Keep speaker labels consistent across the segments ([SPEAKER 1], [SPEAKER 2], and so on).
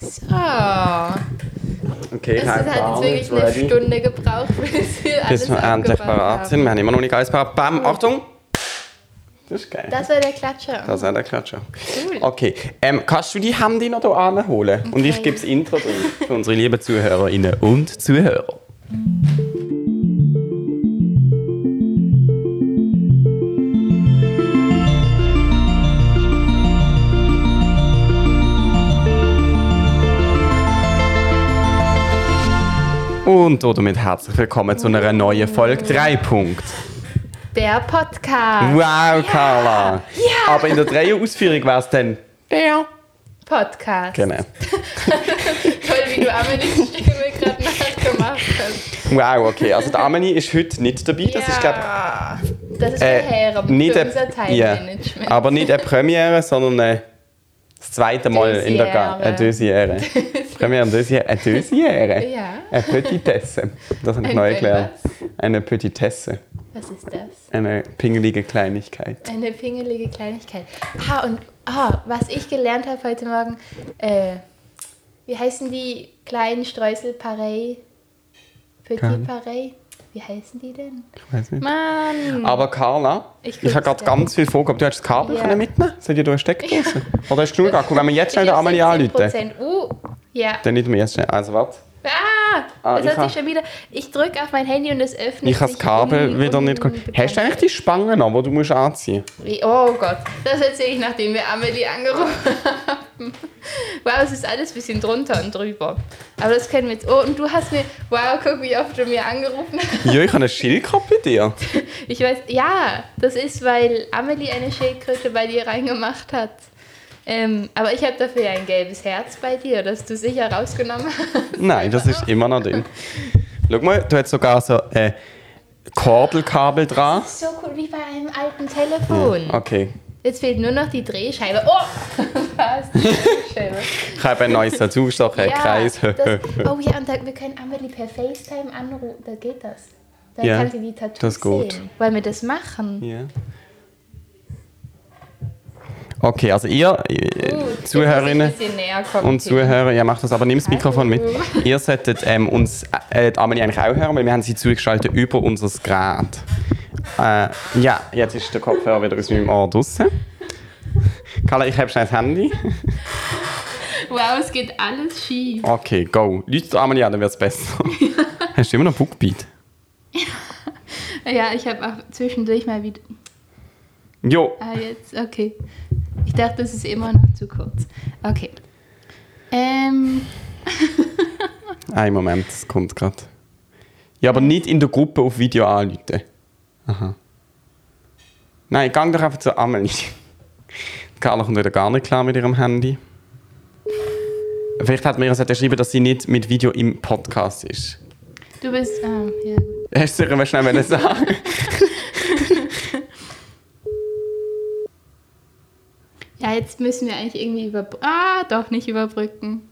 [SPEAKER 1] So. Ah. Es
[SPEAKER 2] Okay,
[SPEAKER 1] hat jetzt wirklich eine Stunde gebraucht, bis wir alles
[SPEAKER 2] Bis wir endlich
[SPEAKER 1] abgebaut
[SPEAKER 2] parat
[SPEAKER 1] haben.
[SPEAKER 2] sind. Wir haben immer noch nicht alles parat. Bam, Achtung! Das ist geil.
[SPEAKER 1] Das war der Klatscher.
[SPEAKER 2] Das ist der Klatscher.
[SPEAKER 1] Cool.
[SPEAKER 2] Okay, ähm, kannst du die Handy noch hier anholen? Und ich
[SPEAKER 1] Okay.
[SPEAKER 2] gebe das Intro drin für unsere lieben Zuhörerinnen und Zuhörer. Und damit herzlich willkommen zu einer neuen Folge 3 Punkt.
[SPEAKER 1] Der Podcast.
[SPEAKER 2] Wow, Carla! Aber in der 3er-Ausführung wäre es dann der.
[SPEAKER 1] Podcast.
[SPEAKER 2] Genau.
[SPEAKER 1] Toll, wie du einmal die Stimme gerade nachgemacht hast.
[SPEAKER 2] Wow, okay. Also, die Ameni ist heute nicht dabei. Das ist, glaube
[SPEAKER 1] ja. Das ist
[SPEAKER 2] äh,
[SPEAKER 1] Herr,
[SPEAKER 2] nicht
[SPEAKER 1] für
[SPEAKER 2] eine-
[SPEAKER 1] unser Teilmanagement.
[SPEAKER 2] Ja, aber nicht eine Premiere, sondern äh, das zweite Mal in der Gang.
[SPEAKER 1] Deuxième.
[SPEAKER 2] Eine Deuxième. Premiere und Deuxième. Eine Deuxième?
[SPEAKER 1] Ja.
[SPEAKER 2] Eine Petitesse. Das habe ich
[SPEAKER 1] Ein
[SPEAKER 2] neu gelernt. Eine Petitesse.
[SPEAKER 1] Was ist das?
[SPEAKER 2] Eine pingelige Kleinigkeit.
[SPEAKER 1] Eine pingelige Kleinigkeit. Ah, und ah, was ich gelernt habe heute Morgen, äh, wie heißen die kleinen Streusel Parey?
[SPEAKER 2] Keine.
[SPEAKER 1] Petit Parey? Wie heißen die denn?
[SPEAKER 2] Ich weiß nicht.
[SPEAKER 1] Mann!
[SPEAKER 2] Aber Carla,
[SPEAKER 1] Ich
[SPEAKER 2] ich,
[SPEAKER 1] guck's
[SPEAKER 2] habe gerade
[SPEAKER 1] gerne.
[SPEAKER 2] ganz viel vorgehabt. Du hast das Kabel
[SPEAKER 1] Ja.
[SPEAKER 2] können mitnehmen? Seid ihr durch Steckdose? Oder hast du genug angeguckt? Wenn wir jetzt schnell der Amelie anrufen,
[SPEAKER 1] 17%. Uh, ja.
[SPEAKER 2] dann nicht mehr schnell. Also, warte.
[SPEAKER 1] Ah,
[SPEAKER 2] Ah,
[SPEAKER 1] das
[SPEAKER 2] ich
[SPEAKER 1] hat
[SPEAKER 2] hab-
[SPEAKER 1] sich schon wieder. Ich drücke auf mein Handy und es öffnet
[SPEAKER 2] Ich habe das
[SPEAKER 1] sich
[SPEAKER 2] Kabel
[SPEAKER 1] un-
[SPEAKER 2] wieder nicht geholt. Hast du eigentlich die Spange noch, die du musst anziehen musst?
[SPEAKER 1] Wie- Oh Gott, das erzähle ich, nachdem wir Amelie angerufen haben. Wow, es ist alles ein bisschen drunter und drüber. Aber das kennen wir jetzt. Oh, und du hast mir, wow, guck, wie oft du mir angerufen hast.
[SPEAKER 2] Ja, ich habe eine Schildkröte bei dir.
[SPEAKER 1] Ich weiß, ja, das ist, weil Amelie eine Schildkröte bei dir reingemacht hat. Ähm, aber ich habe dafür ja ein gelbes Herz bei dir, das du sicher rausgenommen hast.
[SPEAKER 2] Nein, das ist immer noch drin. Schau mal, du hast sogar so ein Kordelkabel dran.
[SPEAKER 1] So cool wie bei einem alten Telefon.
[SPEAKER 2] Okay,
[SPEAKER 1] Jetzt fehlt nur noch die Drehscheibe. Oh, was? Die Drehscheibe.
[SPEAKER 2] ich habe ein neues dazugestochen, ein Äh, Kreis.
[SPEAKER 1] Das, oh ja, und da, wir können Amelie per FaceTime anrufen. Da geht das. Dann
[SPEAKER 2] Ja,
[SPEAKER 1] kann sie die Tattoos
[SPEAKER 2] das ist gut.
[SPEAKER 1] sehen. Weil wir das machen.
[SPEAKER 2] Ja. Okay, also ihr äh,
[SPEAKER 1] Gut, jetzt muss ich
[SPEAKER 2] Zuhörerinnen
[SPEAKER 1] ein bisschen näher kommen.
[SPEAKER 2] und Zuhörer, ihr macht das, aber nimm das Mikrofon mit. Ihr solltet ähm, uns, äh, die Amelie eigentlich auch hören, weil wir haben sie zugeschaltet über unser Gerät. Äh, ja, jetzt ist der Kopfhörer wieder aus meinem Ohr draussen. Carla, ich habe schnell das Handy.
[SPEAKER 1] Wow, es geht alles schief.
[SPEAKER 2] Okay, go. Leute, die Amelie an, dann wird es besser. Hast du immer noch Bookbeat?
[SPEAKER 1] Ja, ich habe auch zwischendurch mal wieder.
[SPEAKER 2] Jo,
[SPEAKER 1] Ah, jetzt, okay. Ich dachte, das ist immer noch zu kurz. Okay. Ähm,
[SPEAKER 2] einen Moment, es kommt gerade. Ja, aber nicht in der Gruppe auf Video anrufen. Aha. Nein, gang doch einfach zu Amelie. Die Carla kommt wieder gar nicht klar mit ihrem Handy. Vielleicht hat mir ihr sollte schreiben, dass sie nicht mit Video im Podcast ist.
[SPEAKER 1] du bist. Ah, ja, gut.
[SPEAKER 2] Hast du sicher mal schnell wollen sagen?
[SPEAKER 1] ja, jetzt müssen wir eigentlich irgendwie über. Ah, doch, nicht überbrücken.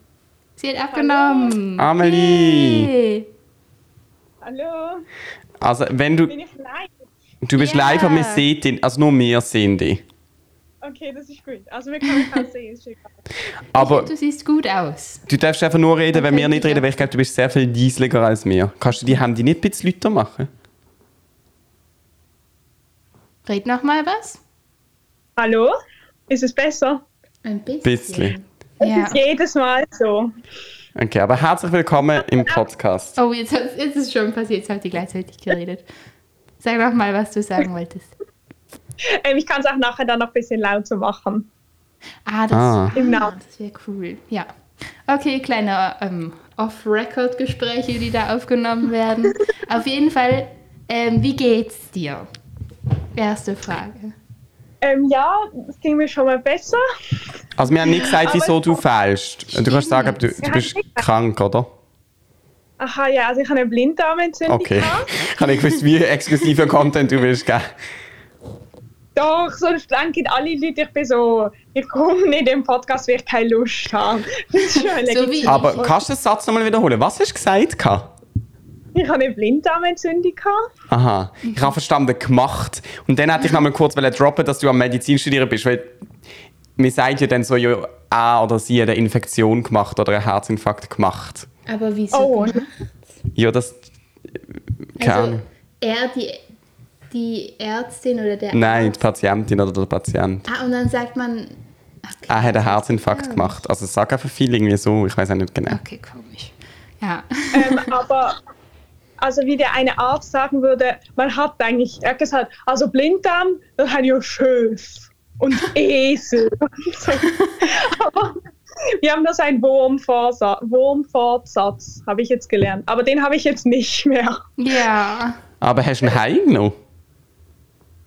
[SPEAKER 1] Sie hat abgenommen.
[SPEAKER 2] Amelie!
[SPEAKER 1] Hey.
[SPEAKER 3] Hallo,
[SPEAKER 2] Also, wenn du.
[SPEAKER 3] bin ich live?
[SPEAKER 2] Du bist
[SPEAKER 1] Ja.
[SPEAKER 2] live, aber wir sehen dich. Also, nur wir sehen dich.
[SPEAKER 3] Okay, das ist gut. Also wir können keinen sehen, ist egal.
[SPEAKER 2] Aber
[SPEAKER 1] Du siehst gut aus.
[SPEAKER 2] Du darfst einfach nur reden, wenn
[SPEAKER 1] Okay,
[SPEAKER 2] wir nicht
[SPEAKER 1] sicher.
[SPEAKER 2] reden, weil ich glaube, du bist sehr viel leislicher als wir. Kannst du die Handy nicht ein bisschen lauter machen?
[SPEAKER 1] Red noch mal was?
[SPEAKER 3] Hallo? Ist es besser?
[SPEAKER 1] Ein bisschen.
[SPEAKER 2] Bisschen.
[SPEAKER 1] Ja.
[SPEAKER 3] Ist jedes Mal so.
[SPEAKER 2] Okay, aber herzlich willkommen im Podcast.
[SPEAKER 1] Oh, jetzt, hat's- jetzt ist es schon passiert. Jetzt habt ihr gleichzeitig geredet. Sag noch mal, was du sagen wolltest.
[SPEAKER 3] Ähm, ich kann es auch nachher dann noch ein bisschen lauter machen.
[SPEAKER 1] Ah, das,
[SPEAKER 2] Ah.
[SPEAKER 3] Im
[SPEAKER 1] ah,
[SPEAKER 3] Namen.
[SPEAKER 1] das wäre cool. Ja. Okay, kleine ähm, Off-Record-Gespräche, die da aufgenommen werden. Auf jeden Fall, ähm, wie geht's dir? Erste Frage.
[SPEAKER 3] Ähm, ja, es ging mir schon mal besser.
[SPEAKER 2] Also wir haben nicht gesagt, wieso du fehlst. Du kannst sagen, ob du, du
[SPEAKER 3] Stimmt.
[SPEAKER 2] bist krank, oder?
[SPEAKER 3] Aha, ja, also ich habe eine Blinddarmentzündung
[SPEAKER 2] Okay.
[SPEAKER 3] gehabt.
[SPEAKER 2] Ich habe nicht gewusst, wie exklusiver Content du willst geben.
[SPEAKER 3] Doch, sonst denken alle Leute, ich bin so, ich komme nicht in den Podcast, weil ich keine Lust habe. Das ist schon
[SPEAKER 1] So
[SPEAKER 3] legitim.
[SPEAKER 1] wie-
[SPEAKER 2] Aber kannst du den Satz nochmal wiederholen? Was hast du gesagt? gehabt?
[SPEAKER 3] Ich habe eine Blinddarmentzündung gehabt.
[SPEAKER 2] Aha, ich habe verstanden, gemacht. Und dann hätte ich nochmal kurz wollen droppen, dass du am Medizin studieren bist, weil man sagt ja dann so, ja, er oder sie hat eine Infektion gemacht oder einen Herzinfarkt gemacht.
[SPEAKER 1] Aber wieso?
[SPEAKER 3] Oh,
[SPEAKER 2] Ja, das. äh, Keine
[SPEAKER 1] also,
[SPEAKER 2] Ahnung.
[SPEAKER 1] er, die, die Ärztin oder der
[SPEAKER 2] Nein, die
[SPEAKER 1] Arzt.
[SPEAKER 2] Patientin oder der Patient.
[SPEAKER 1] Ah, und dann sagt man. Okay,
[SPEAKER 2] Er hat einen Herzinfarkt gemacht. Also, sag einfach viel irgendwie so, ich weiß auch nicht genau.
[SPEAKER 1] Okay, komisch. Ja.
[SPEAKER 3] ähm, aber also wie der eine Arzt sagen würde, man hat eigentlich, er hat gesagt, also Blinddarm, das hat ja Schöf und Esel. So. aber wir haben das ein Wurmvorsa- Wurmfortsatz, habe ich jetzt gelernt. Aber den habe ich jetzt nicht mehr.
[SPEAKER 1] ja.
[SPEAKER 2] Aber hast du ihn heimgenommen?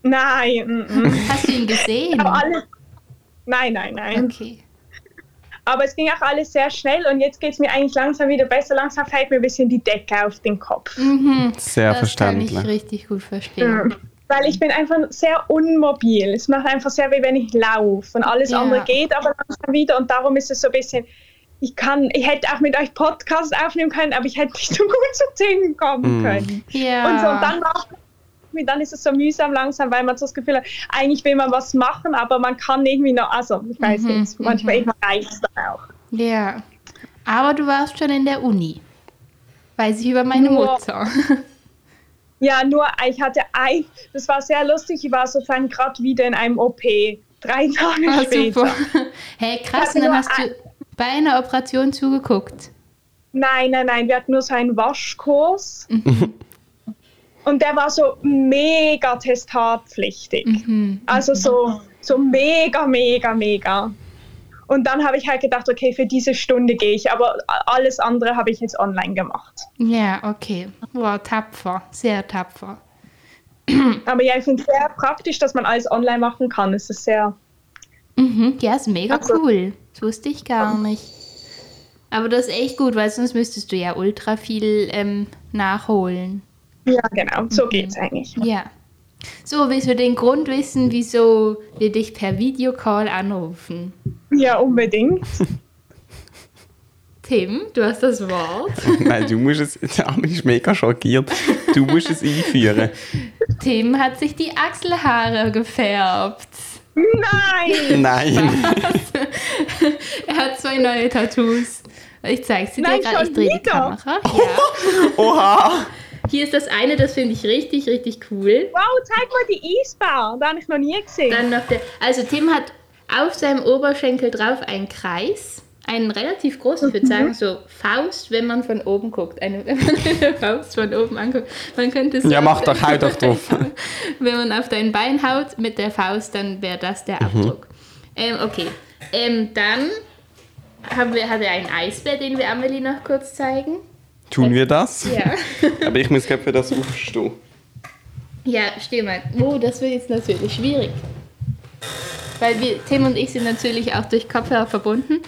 [SPEAKER 3] Nein, mm, mm.
[SPEAKER 1] Hast du ihn gesehen?
[SPEAKER 3] aber alles. Nein, nein, nein.
[SPEAKER 1] Okay.
[SPEAKER 3] Aber es ging auch alles sehr schnell und jetzt geht es mir eigentlich langsam wieder besser. Langsam fällt mir ein bisschen die Decke auf den Kopf.
[SPEAKER 2] Sehr
[SPEAKER 1] das kann ich
[SPEAKER 2] verständlich.
[SPEAKER 1] richtig gut verstehen.
[SPEAKER 3] Weil ich bin einfach sehr unmobil. Es macht einfach sehr weh, wenn ich laufe. Und alles
[SPEAKER 1] Ja.
[SPEAKER 3] andere geht aber langsam wieder. Und darum ist es so ein bisschen, ich kann, ich hätte auch mit euch Podcast aufnehmen können, aber ich hätte nicht so gut zu Themen kommen können.
[SPEAKER 1] Ja.
[SPEAKER 3] Und, so, und dann war dann ist es so mühsam langsam, weil man so das Gefühl hat, eigentlich will man was machen, aber man kann irgendwie noch, also ich weiß jetzt, manchmal mhm. reicht es dann auch.
[SPEAKER 1] Ja. Aber du warst schon in der Uni. Weiß ich über meine
[SPEAKER 3] Nur-
[SPEAKER 1] Mutter.
[SPEAKER 3] Ja, nur ich hatte ein, das war sehr lustig, ich war sozusagen gerade wieder in einem OP, drei Tage
[SPEAKER 1] Ah,
[SPEAKER 3] später.
[SPEAKER 1] super. Hey, krass,
[SPEAKER 3] hatte
[SPEAKER 1] und dann
[SPEAKER 3] nur
[SPEAKER 1] hast du bei einer Operation zugeguckt.
[SPEAKER 3] Nein, nein, nein, wir hatten nur so einen Waschkurs.
[SPEAKER 1] Mhm.
[SPEAKER 3] Und der war so mega testatpflichtig.
[SPEAKER 1] Mhm.
[SPEAKER 3] Also so, so mega, mega, mega. Und dann habe ich halt gedacht, okay, für diese Stunde gehe ich, aber alles andere habe ich jetzt online gemacht.
[SPEAKER 1] Ja, okay. Wow, tapfer. Sehr tapfer.
[SPEAKER 3] Aber ja, ich finde es sehr praktisch, dass man alles online machen kann. Es ist sehr.
[SPEAKER 1] Mhm. Ja, ist mega
[SPEAKER 3] Ach so.
[SPEAKER 1] cool. Das wusste ich gar nicht. Aber das ist echt gut, weil sonst müsstest du ja ultra viel ähm, nachholen.
[SPEAKER 3] Ja, genau, so geht es eigentlich.
[SPEAKER 1] Mhm. Ja. So, willst du den Grund wissen, wieso wir dich per Videocall anrufen?
[SPEAKER 3] Ja, unbedingt.
[SPEAKER 1] Tim, du hast das Wort.
[SPEAKER 2] Nein, du musst es. Amelie ist mega schockiert. Du musst es einführen.
[SPEAKER 1] Tim hat sich die Achselhaare gefärbt.
[SPEAKER 3] Nein!
[SPEAKER 2] Nein.
[SPEAKER 1] Er hat zwei neue Tattoos. Ich zeig's dir
[SPEAKER 3] Nein,
[SPEAKER 1] gerade. Ich
[SPEAKER 3] schon
[SPEAKER 1] drehe die
[SPEAKER 3] wieder?
[SPEAKER 1] Kamera. Ja.
[SPEAKER 2] Oha!
[SPEAKER 1] Hier ist das eine, das finde ich richtig, richtig cool.
[SPEAKER 3] Wow, zeig mal die Eisbar, da habe ich noch nie gesehen.
[SPEAKER 1] Dann noch der. Also Tim hat auf seinem Oberschenkel drauf einen Kreis. Einen relativ großen,
[SPEAKER 2] Mhm.
[SPEAKER 1] ich würde sagen, so Faust, wenn man von oben guckt. Eine, wenn man eine Faust von oben anguckt. Man könnte es so
[SPEAKER 2] Ja,
[SPEAKER 1] auf
[SPEAKER 2] mach doch,
[SPEAKER 1] dein-
[SPEAKER 2] hau doch drauf.
[SPEAKER 1] Wenn man auf dein Bein haut mit der Faust, dann wäre das
[SPEAKER 2] Mhm.
[SPEAKER 1] der Abdruck. Ähm, okay. Ähm, dann haben wir, hat er einen Eisbär, den wir Amelie noch kurz zeigen.
[SPEAKER 2] Tun wir das?
[SPEAKER 1] Ja.
[SPEAKER 2] Aber ich muss gerade für das aufstehen.
[SPEAKER 1] Ja, steh mal. Oh, das wird jetzt natürlich schwierig. Weil wir, Tim und ich sind natürlich auch durch Kopfhörer verbunden.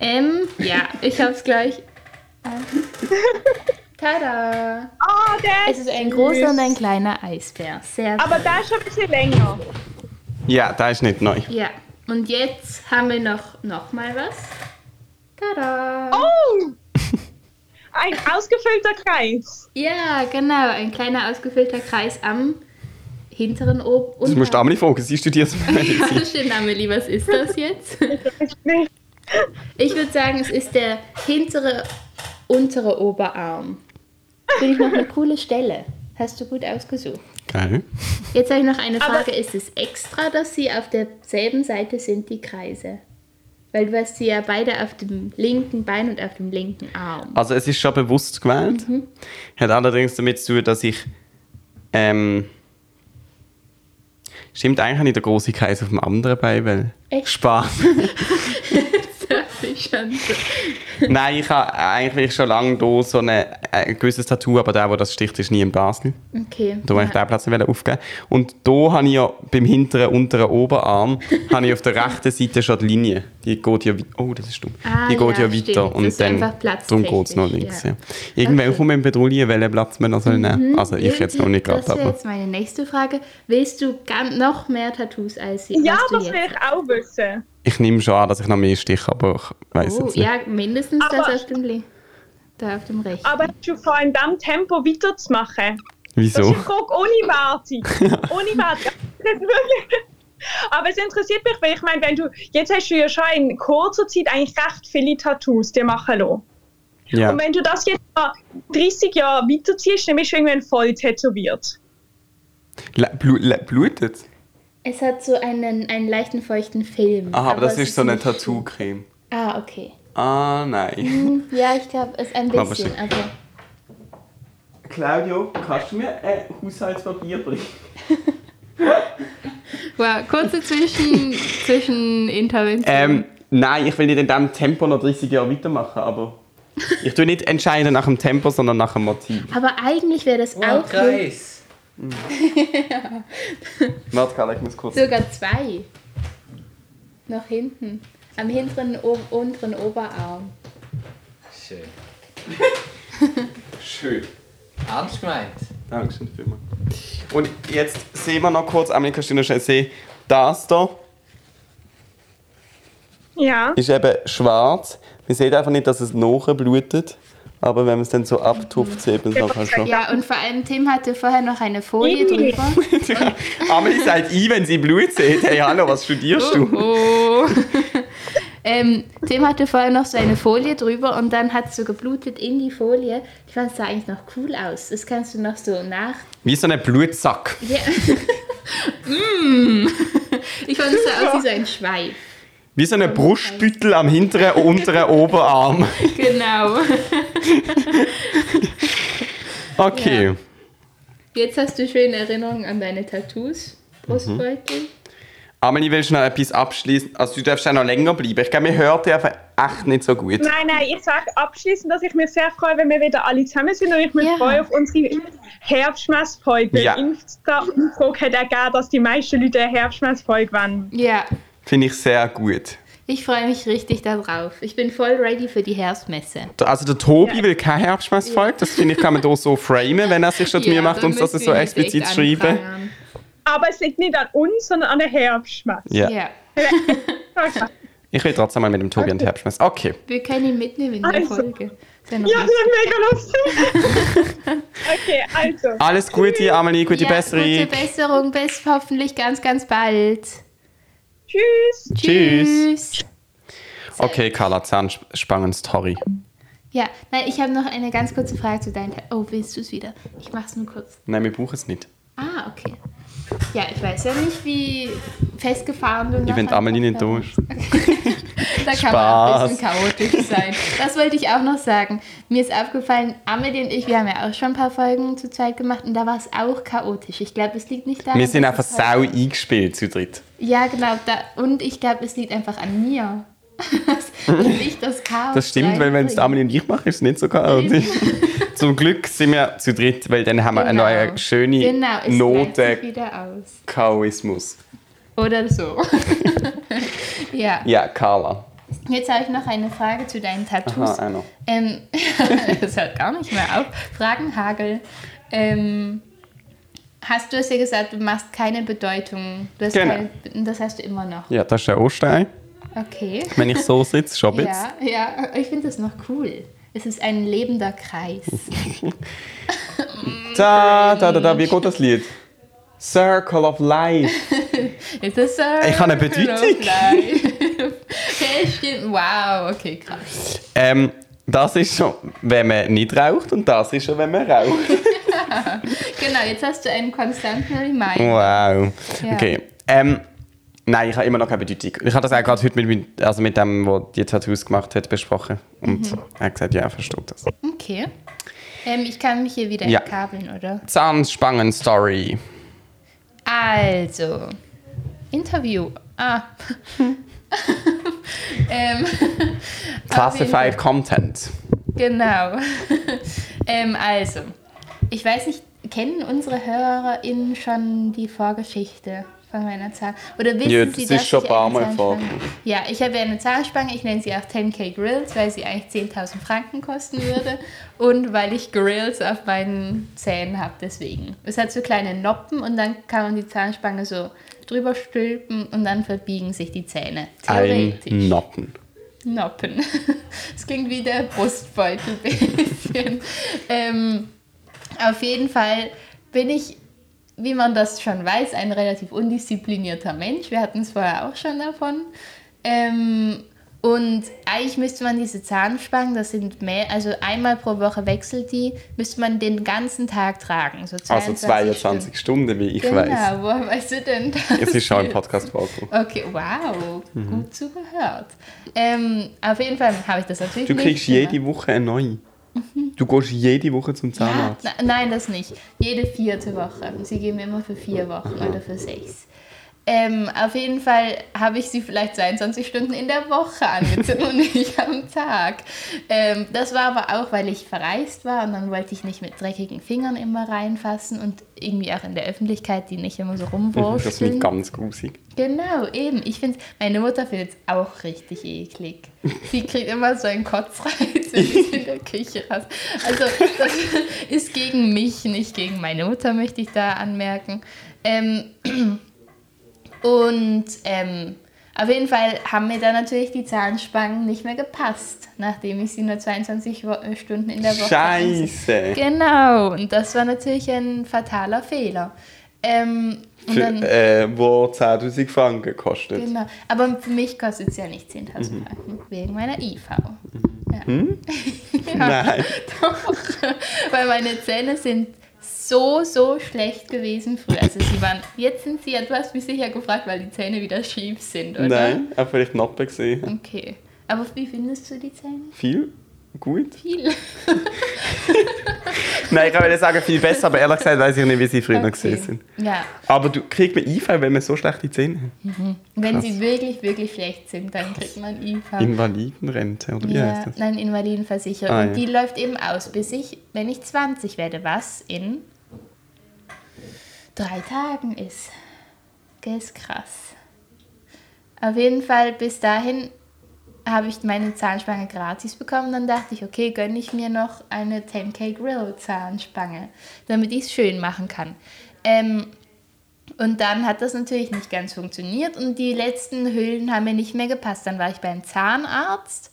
[SPEAKER 1] Ähm, ja, ich hab's gleich. Tada!
[SPEAKER 3] Ah, der
[SPEAKER 1] Es ist ein großer
[SPEAKER 3] süß.
[SPEAKER 1] und ein kleiner Eisbär. Sehr
[SPEAKER 3] Aber da ist schon ein bisschen länger.
[SPEAKER 2] Ja, da ist nicht neu.
[SPEAKER 1] Ja, und jetzt haben wir noch, noch mal was. Tada!
[SPEAKER 3] Oh! Ein ausgefüllter Kreis.
[SPEAKER 1] Ja, genau, ein kleiner ausgefüllter Kreis am hinteren Ob
[SPEAKER 2] Das musst du Amelie fragen, sie studiert
[SPEAKER 1] Ja,
[SPEAKER 2] Medizin.
[SPEAKER 1] das stimmt, Amelie, was ist das jetzt?
[SPEAKER 3] Nee.
[SPEAKER 1] Ich würde sagen, es ist der hintere, untere Oberarm. Finde ich noch eine coole Stelle. Hast du gut ausgesucht.
[SPEAKER 2] Geil.
[SPEAKER 1] Jetzt habe ich noch eine
[SPEAKER 3] Aber-
[SPEAKER 1] Frage. ist es extra, dass sie auf derselben Seite sind, die Kreise? Weil du hast sie ja beide auf dem linken Bein und auf dem linken Arm.
[SPEAKER 2] Also es ist schon bewusst gewählt.
[SPEAKER 1] Mhm.
[SPEAKER 2] Hat allerdings damit zu tun, dass ich... Ähm, stimmt, eigentlich habe ich den grossen Kreis auf dem anderen Bein, weil...
[SPEAKER 1] Echt?
[SPEAKER 2] Spaß.
[SPEAKER 1] Das ist schon so.
[SPEAKER 2] Nein, ich habe eigentlich will ich schon lange hier so eine, äh, ein gewisses Tattoo, aber der, der das sticht, ist nie in Basel.
[SPEAKER 1] Okay.
[SPEAKER 2] Da wollte ich den Platz nicht aufgeben. Und da habe ich ja beim hinteren, unteren Oberarm habe ich auf der rechten Seite schon die Linie. Die geht ja wei- Oh, das ist dumm.
[SPEAKER 1] Ah,
[SPEAKER 2] die geht
[SPEAKER 1] ja,
[SPEAKER 2] ja,
[SPEAKER 1] stimmt.
[SPEAKER 2] weiter.
[SPEAKER 1] Das
[SPEAKER 2] Und
[SPEAKER 1] ist
[SPEAKER 2] dann
[SPEAKER 1] einfach platztechnisch,
[SPEAKER 2] darum geht es noch links.
[SPEAKER 1] ja.
[SPEAKER 2] Ja. Irgendwann
[SPEAKER 1] Okay. Mhm.
[SPEAKER 2] kommen wir in Bedrohung, welchen Platz man noch soll nehmen Also ich jetzt noch nicht
[SPEAKER 1] Das
[SPEAKER 2] gerade,
[SPEAKER 1] wäre
[SPEAKER 2] aber.
[SPEAKER 1] jetzt meine nächste Frage. Willst du gan- noch mehr Tattoos als sie?
[SPEAKER 3] Ja,
[SPEAKER 1] hast du
[SPEAKER 3] das will ich auch wissen.
[SPEAKER 2] Ich nehme schon an, dass ich noch mehr stich, aber ich weiß
[SPEAKER 1] Oh,
[SPEAKER 2] jetzt nicht.
[SPEAKER 1] ja, mindestens
[SPEAKER 3] Aber-
[SPEAKER 1] das auf dem, Li da auf dem rechten.
[SPEAKER 3] Aber hast du vor, in diesem Tempo weiterzumachen? Das
[SPEAKER 2] Wieso?
[SPEAKER 3] ist eine Frage ohne Wartung. ohne Wartung. Das ist wirklich- Aber es interessiert mich, weil ich meine, wenn du, jetzt hast du ja schon in kurzer Zeit eigentlich recht viele Tattoos, die machen lassen.
[SPEAKER 2] Ja.
[SPEAKER 3] Und wenn du das jetzt mal 30 Jahre weiterziehst, dann bist du irgendwann voll tätowiert.
[SPEAKER 2] Le- blu- le- Blutet?
[SPEAKER 1] Es hat so einen, einen leichten feuchten Film.
[SPEAKER 2] Aha, aber, das
[SPEAKER 1] es
[SPEAKER 2] ist so eine
[SPEAKER 1] nicht-
[SPEAKER 2] Tattoo-Creme.
[SPEAKER 1] Ah, okay.
[SPEAKER 2] Ah, nein.
[SPEAKER 1] Hm, Ja, ich glaube, es ein
[SPEAKER 2] Aber
[SPEAKER 1] bisschen. also-
[SPEAKER 2] schon.
[SPEAKER 1] Okay.
[SPEAKER 2] Claudio, kannst du mir ein Haushaltspapier bringen?
[SPEAKER 1] Wow, kurze Zwischen Zwischenintervention.
[SPEAKER 2] Ähm, nein, ich will nicht in diesem Tempo noch 30 Jahre weitermachen, aber ich tue nicht entscheiden nach dem Tempo, sondern nach dem Motiv.
[SPEAKER 1] Aber eigentlich wäre das auch cool.
[SPEAKER 4] Kreis.
[SPEAKER 2] Warte, Karl, ich muss kurz.
[SPEAKER 1] sogar zwei. Noch hinten. Am hinteren, o unteren Oberarm.
[SPEAKER 4] Schön.
[SPEAKER 2] Schön.
[SPEAKER 4] Ernst gemeint.
[SPEAKER 2] Dankeschön vielmals. Und jetzt sehen wir noch kurz, Amelie, kannst du noch schnell sehen, das hier
[SPEAKER 3] Ja.
[SPEAKER 2] ist eben schwarz. Man sieht einfach nicht, dass es nachblutet, aber wenn man es dann so abtupft, sieht man es nachher schon.
[SPEAKER 1] Ja, und vor allem Tim hatte vorher noch eine Folie
[SPEAKER 3] Ih.
[SPEAKER 1] drüber.
[SPEAKER 2] Amelie sagt ich, wenn sie Blut sieht. Hey, hallo, was studierst du?
[SPEAKER 1] Oh. ähm, Tim hatte vorher noch so eine Folie drüber und dann hat es so geblutet in die Folie. Ich fand es sah eigentlich noch cool aus. Das kannst du noch so nach.
[SPEAKER 2] Wie so ein Blutsack.
[SPEAKER 1] Ja. mm. Ich fand es sah aus wie so ein Schweif.
[SPEAKER 2] Wie so ein Brustbüttel am hinteren und unteren Oberarm.
[SPEAKER 1] Genau.
[SPEAKER 2] Okay.
[SPEAKER 1] Ja. Jetzt hast du schöne Erinnerungen an deine Tattoos. Brustbeutel.
[SPEAKER 2] Amelie, willst du noch etwas abschließen? Also, du darfst auch noch länger bleiben. Ich glaube, wir hören dich einfach echt nicht so gut.
[SPEAKER 3] Nein, nein, ich sage abschließend, dass ich mich sehr freue, wenn wir wieder alle zusammen sind und ich mich
[SPEAKER 1] Ja.
[SPEAKER 3] freue auf unsere Herbstmessfolge.
[SPEAKER 2] Ja.
[SPEAKER 3] Insta-Umfrage hat ergeben, dass die meisten Leute eine Herbstmessfolge wollen.
[SPEAKER 1] Ja.
[SPEAKER 2] Finde ich sehr gut.
[SPEAKER 1] Ich freue mich richtig darauf. Ich bin voll ready für die Herbstmesse.
[SPEAKER 2] Also, der Tobi will kein Herbstmessfolge. Das finde ich, kann man hier so framen, wenn er sich schon zu mir macht, um das so explizit zu schreiben.
[SPEAKER 3] Aber es liegt nicht an uns, sondern an der Herbstmess.
[SPEAKER 2] Ja.
[SPEAKER 1] Ja.
[SPEAKER 2] Ich will trotzdem mal mit dem Tobi und Herbstmess. Okay.
[SPEAKER 1] Wir können ihn mitnehmen in der
[SPEAKER 3] Also.
[SPEAKER 1] Folge. Ist noch
[SPEAKER 3] Ja, das
[SPEAKER 1] lustig.
[SPEAKER 3] ist mega lustig. okay, also.
[SPEAKER 2] Alles Gute, Amelie. Gute
[SPEAKER 1] ja,
[SPEAKER 2] Besserung.
[SPEAKER 1] Gute Besserung, bis hoffentlich ganz, ganz bald.
[SPEAKER 3] Tschüss.
[SPEAKER 2] Tschüss.
[SPEAKER 1] Tschüss.
[SPEAKER 2] Okay, Carla, Zahnspangen-Story.
[SPEAKER 1] Ja, nein, ich habe noch eine ganz kurze Frage zu deinen. Ta- Oh, willst du es wieder? Ich mach's nur kurz.
[SPEAKER 2] Nein, wir brauchen es nicht.
[SPEAKER 1] Ah, okay. Ja, ich weiß ja nicht, wie festgefahren du
[SPEAKER 2] Ich
[SPEAKER 1] noch
[SPEAKER 2] finde
[SPEAKER 1] am
[SPEAKER 2] Amelie nicht
[SPEAKER 1] Kopf
[SPEAKER 2] durch.
[SPEAKER 1] Da kann man auch ein
[SPEAKER 2] Spaß.
[SPEAKER 1] bisschen chaotisch sein. Das wollte ich auch noch sagen. Mir ist aufgefallen, Amelie und ich, wir haben ja auch schon ein paar Folgen zu zweit gemacht und da war es auch chaotisch. Ich glaube, es liegt nicht daran.
[SPEAKER 2] Wir sind
[SPEAKER 1] dass
[SPEAKER 2] einfach
[SPEAKER 1] es halt-
[SPEAKER 2] sau eingespielt zu dritt.
[SPEAKER 1] Ja, genau. Da, und ich glaube, es liegt einfach an mir. dass ich das Chaos.
[SPEAKER 2] Das stimmt, weil wenn es
[SPEAKER 1] reinbringe.
[SPEAKER 2] Amelie und ich machen, ist es nicht so chaotisch. Zum Glück sind wir zu dritt, weil dann haben wir
[SPEAKER 1] Genau.
[SPEAKER 2] eine neue schöne
[SPEAKER 1] Genau, es gleicht sich
[SPEAKER 2] Note
[SPEAKER 1] wieder aus.
[SPEAKER 2] Chaoismus.
[SPEAKER 1] Oder so. ja.
[SPEAKER 2] Ja, Carla.
[SPEAKER 1] Jetzt habe ich noch eine Frage zu deinen Tattoos.
[SPEAKER 2] Aha, einer.
[SPEAKER 1] Ähm, das hört gar nicht mehr auf. Fragenhagel. Ähm, hast du es ja gesagt, du machst keine Bedeutung. Du hast
[SPEAKER 2] Genau.
[SPEAKER 1] keine, das hast du immer noch.
[SPEAKER 2] Ja, das ist der Osterei.
[SPEAKER 1] Okay.
[SPEAKER 2] Wenn ich so sitze, schon jetzt.
[SPEAKER 1] Ja, ja, ich finde das noch cool. Es ist ein lebender Kreis.
[SPEAKER 2] Da, da, da, da, wie geht das Lied? Circle of Life.
[SPEAKER 1] It's a circle
[SPEAKER 2] Ich habe eine Bedeutung.
[SPEAKER 1] of life. Okay, stimmt. Wow, okay, krass.
[SPEAKER 2] Ähm, das ist schon, wenn man nicht raucht und das ist schon, wenn man raucht.
[SPEAKER 1] Genau, jetzt hast du einen konstanten Reminder.
[SPEAKER 2] Wow.
[SPEAKER 1] Ja.
[SPEAKER 2] Okay. Ähm, nein, ich habe immer noch keine Bedeutung. Ich habe das auch gerade heute mit, mit, also mit dem, der die Tattoos gemacht hat, besprochen.
[SPEAKER 1] Mhm.
[SPEAKER 2] Und er hat gesagt, ja, er versteht das.
[SPEAKER 1] Okay. Ähm, ich kann mich hier wieder
[SPEAKER 2] Ja.
[SPEAKER 1] entkabeln, oder?
[SPEAKER 2] Zahnspangen-Story.
[SPEAKER 1] Ah, Also, Interview. Ah. ähm,
[SPEAKER 2] Classified Content.
[SPEAKER 1] genau. ähm, also, ich weiß nicht, kennen unsere HörerInnen schon die Vorgeschichte von meiner Zahl? Oder wissen
[SPEAKER 2] Ja, das
[SPEAKER 1] sie,
[SPEAKER 2] ist
[SPEAKER 1] dass
[SPEAKER 2] schon
[SPEAKER 1] ich
[SPEAKER 2] ein paar
[SPEAKER 1] eine
[SPEAKER 2] Mal
[SPEAKER 1] Zahnspange- Ja, ich habe ja eine Zahnspange, ich nenne sie auch 10k Grills, weil sie eigentlich 10.000 Franken kosten würde und weil ich Grills auf meinen Zähnen habe, deswegen. Es hat so kleine Noppen und dann kann man die Zahnspange so drüber stülpen und dann verbiegen sich die Zähne.
[SPEAKER 2] Ein
[SPEAKER 1] Theoretisch.
[SPEAKER 2] Noppen.
[SPEAKER 1] Noppen. Das klingt wie der Brustbeutel ein bisschen. ähm, auf jeden Fall bin ich wie man das schon weiß, ein relativ undisziplinierter Mensch. Wir hatten es vorher auch schon davon. Ähm, und eigentlich müsste man diese Zahnspangen, das sind mehr, also einmal pro Woche wechselt die, müsste man den ganzen Tag tragen. So
[SPEAKER 2] Also 22 Stunden, wie ich
[SPEAKER 1] Genau,
[SPEAKER 2] weiß.
[SPEAKER 1] woher weißt du denn das?
[SPEAKER 2] Es ist schon ein Podcast vorgekommen.
[SPEAKER 1] Okay, wow,
[SPEAKER 2] Mhm.
[SPEAKER 1] gut zugehört. Ähm, auf jeden Fall habe ich das natürlich
[SPEAKER 2] Du
[SPEAKER 1] nicht
[SPEAKER 2] kriegst
[SPEAKER 1] gemacht.
[SPEAKER 2] jede Woche eine neue. Du gehst jede Woche zum
[SPEAKER 1] Mhm. Ja,
[SPEAKER 2] Zahnarzt.
[SPEAKER 1] na, nein, das nicht. Jede vierte Woche. Sie geben immer für vier Wochen oder für sechs. Ähm, auf jeden Fall habe ich sie vielleicht 22 Stunden in der Woche angezogen und nicht am Tag. Ähm, das war aber auch, weil ich verreist war und dann wollte ich nicht mit dreckigen Fingern immer reinfassen und irgendwie auch in der Öffentlichkeit, die nicht immer so
[SPEAKER 2] Das ist
[SPEAKER 1] rumwurschteln.
[SPEAKER 2] nicht ganz grusig.
[SPEAKER 1] Genau, eben. Ich finde, meine Mutter findet es auch richtig eklig. Sie kriegt immer so einen Kotzreiz, wenn ich in der Küche raus. Also, das ist gegen mich, nicht gegen meine Mutter, möchte ich da anmerken. Ähm, und ähm, auf jeden Fall haben mir da natürlich die Zahnspangen nicht mehr gepasst, nachdem ich sie nur 22 Wo äh, Stunden in der Woche anziehe.
[SPEAKER 2] Scheiße.
[SPEAKER 1] Genau, und das war natürlich ein fataler Fehler. Ähm, und
[SPEAKER 2] Für,
[SPEAKER 1] dann,
[SPEAKER 2] äh, wo 10.000 Franken kostet.
[SPEAKER 1] Genau. Aber für mich kostet es ja nicht 10.000
[SPEAKER 2] Mhm.
[SPEAKER 1] Franken, wegen meiner IV. Ja. ja.
[SPEAKER 2] Hm? Nein.
[SPEAKER 1] Doch. Weil meine Zähne sind so, so schlecht gewesen früher. Also sie waren, jetzt sind sie, ja, du hast mich sicher gefragt, weil die Zähne wieder schief sind, oder?
[SPEAKER 2] Nein, aber vielleicht Noppe gesehen.
[SPEAKER 1] Okay. Aber wie findest du die Zähne?
[SPEAKER 2] Viel? Gut?
[SPEAKER 1] Viel.
[SPEAKER 2] Nein, ich würde sagen, viel besser, aber ehrlich gesagt weiß ich nicht, wie sie früher
[SPEAKER 1] Okay.
[SPEAKER 2] gesehen sind.
[SPEAKER 1] Ja.
[SPEAKER 2] Aber du kriegt man IV, wenn man so schlechte Zähne hat?
[SPEAKER 1] Wenn
[SPEAKER 2] Krass.
[SPEAKER 1] sie wirklich, wirklich schlecht sind, dann kriegt man IV.
[SPEAKER 2] Invalidenrente, oder wie
[SPEAKER 1] Ja,
[SPEAKER 2] heißt das?
[SPEAKER 1] nein, Invalidenversicherung.
[SPEAKER 2] Ah,
[SPEAKER 1] und
[SPEAKER 2] ja.
[SPEAKER 1] die läuft eben aus, bis ich, wenn ich 20 werde, was in drei Tagen ist. Gell, ist krass. Auf jeden Fall, bis dahin habe ich meine Zahnspange gratis bekommen. Dann dachte ich, okay, gönne ich mir noch eine 10K Grill Zahnspange, damit ich es schön machen kann. Ähm, und dann hat das natürlich nicht ganz funktioniert und die letzten Hüllen haben mir nicht mehr gepasst. Dann war ich beim Zahnarzt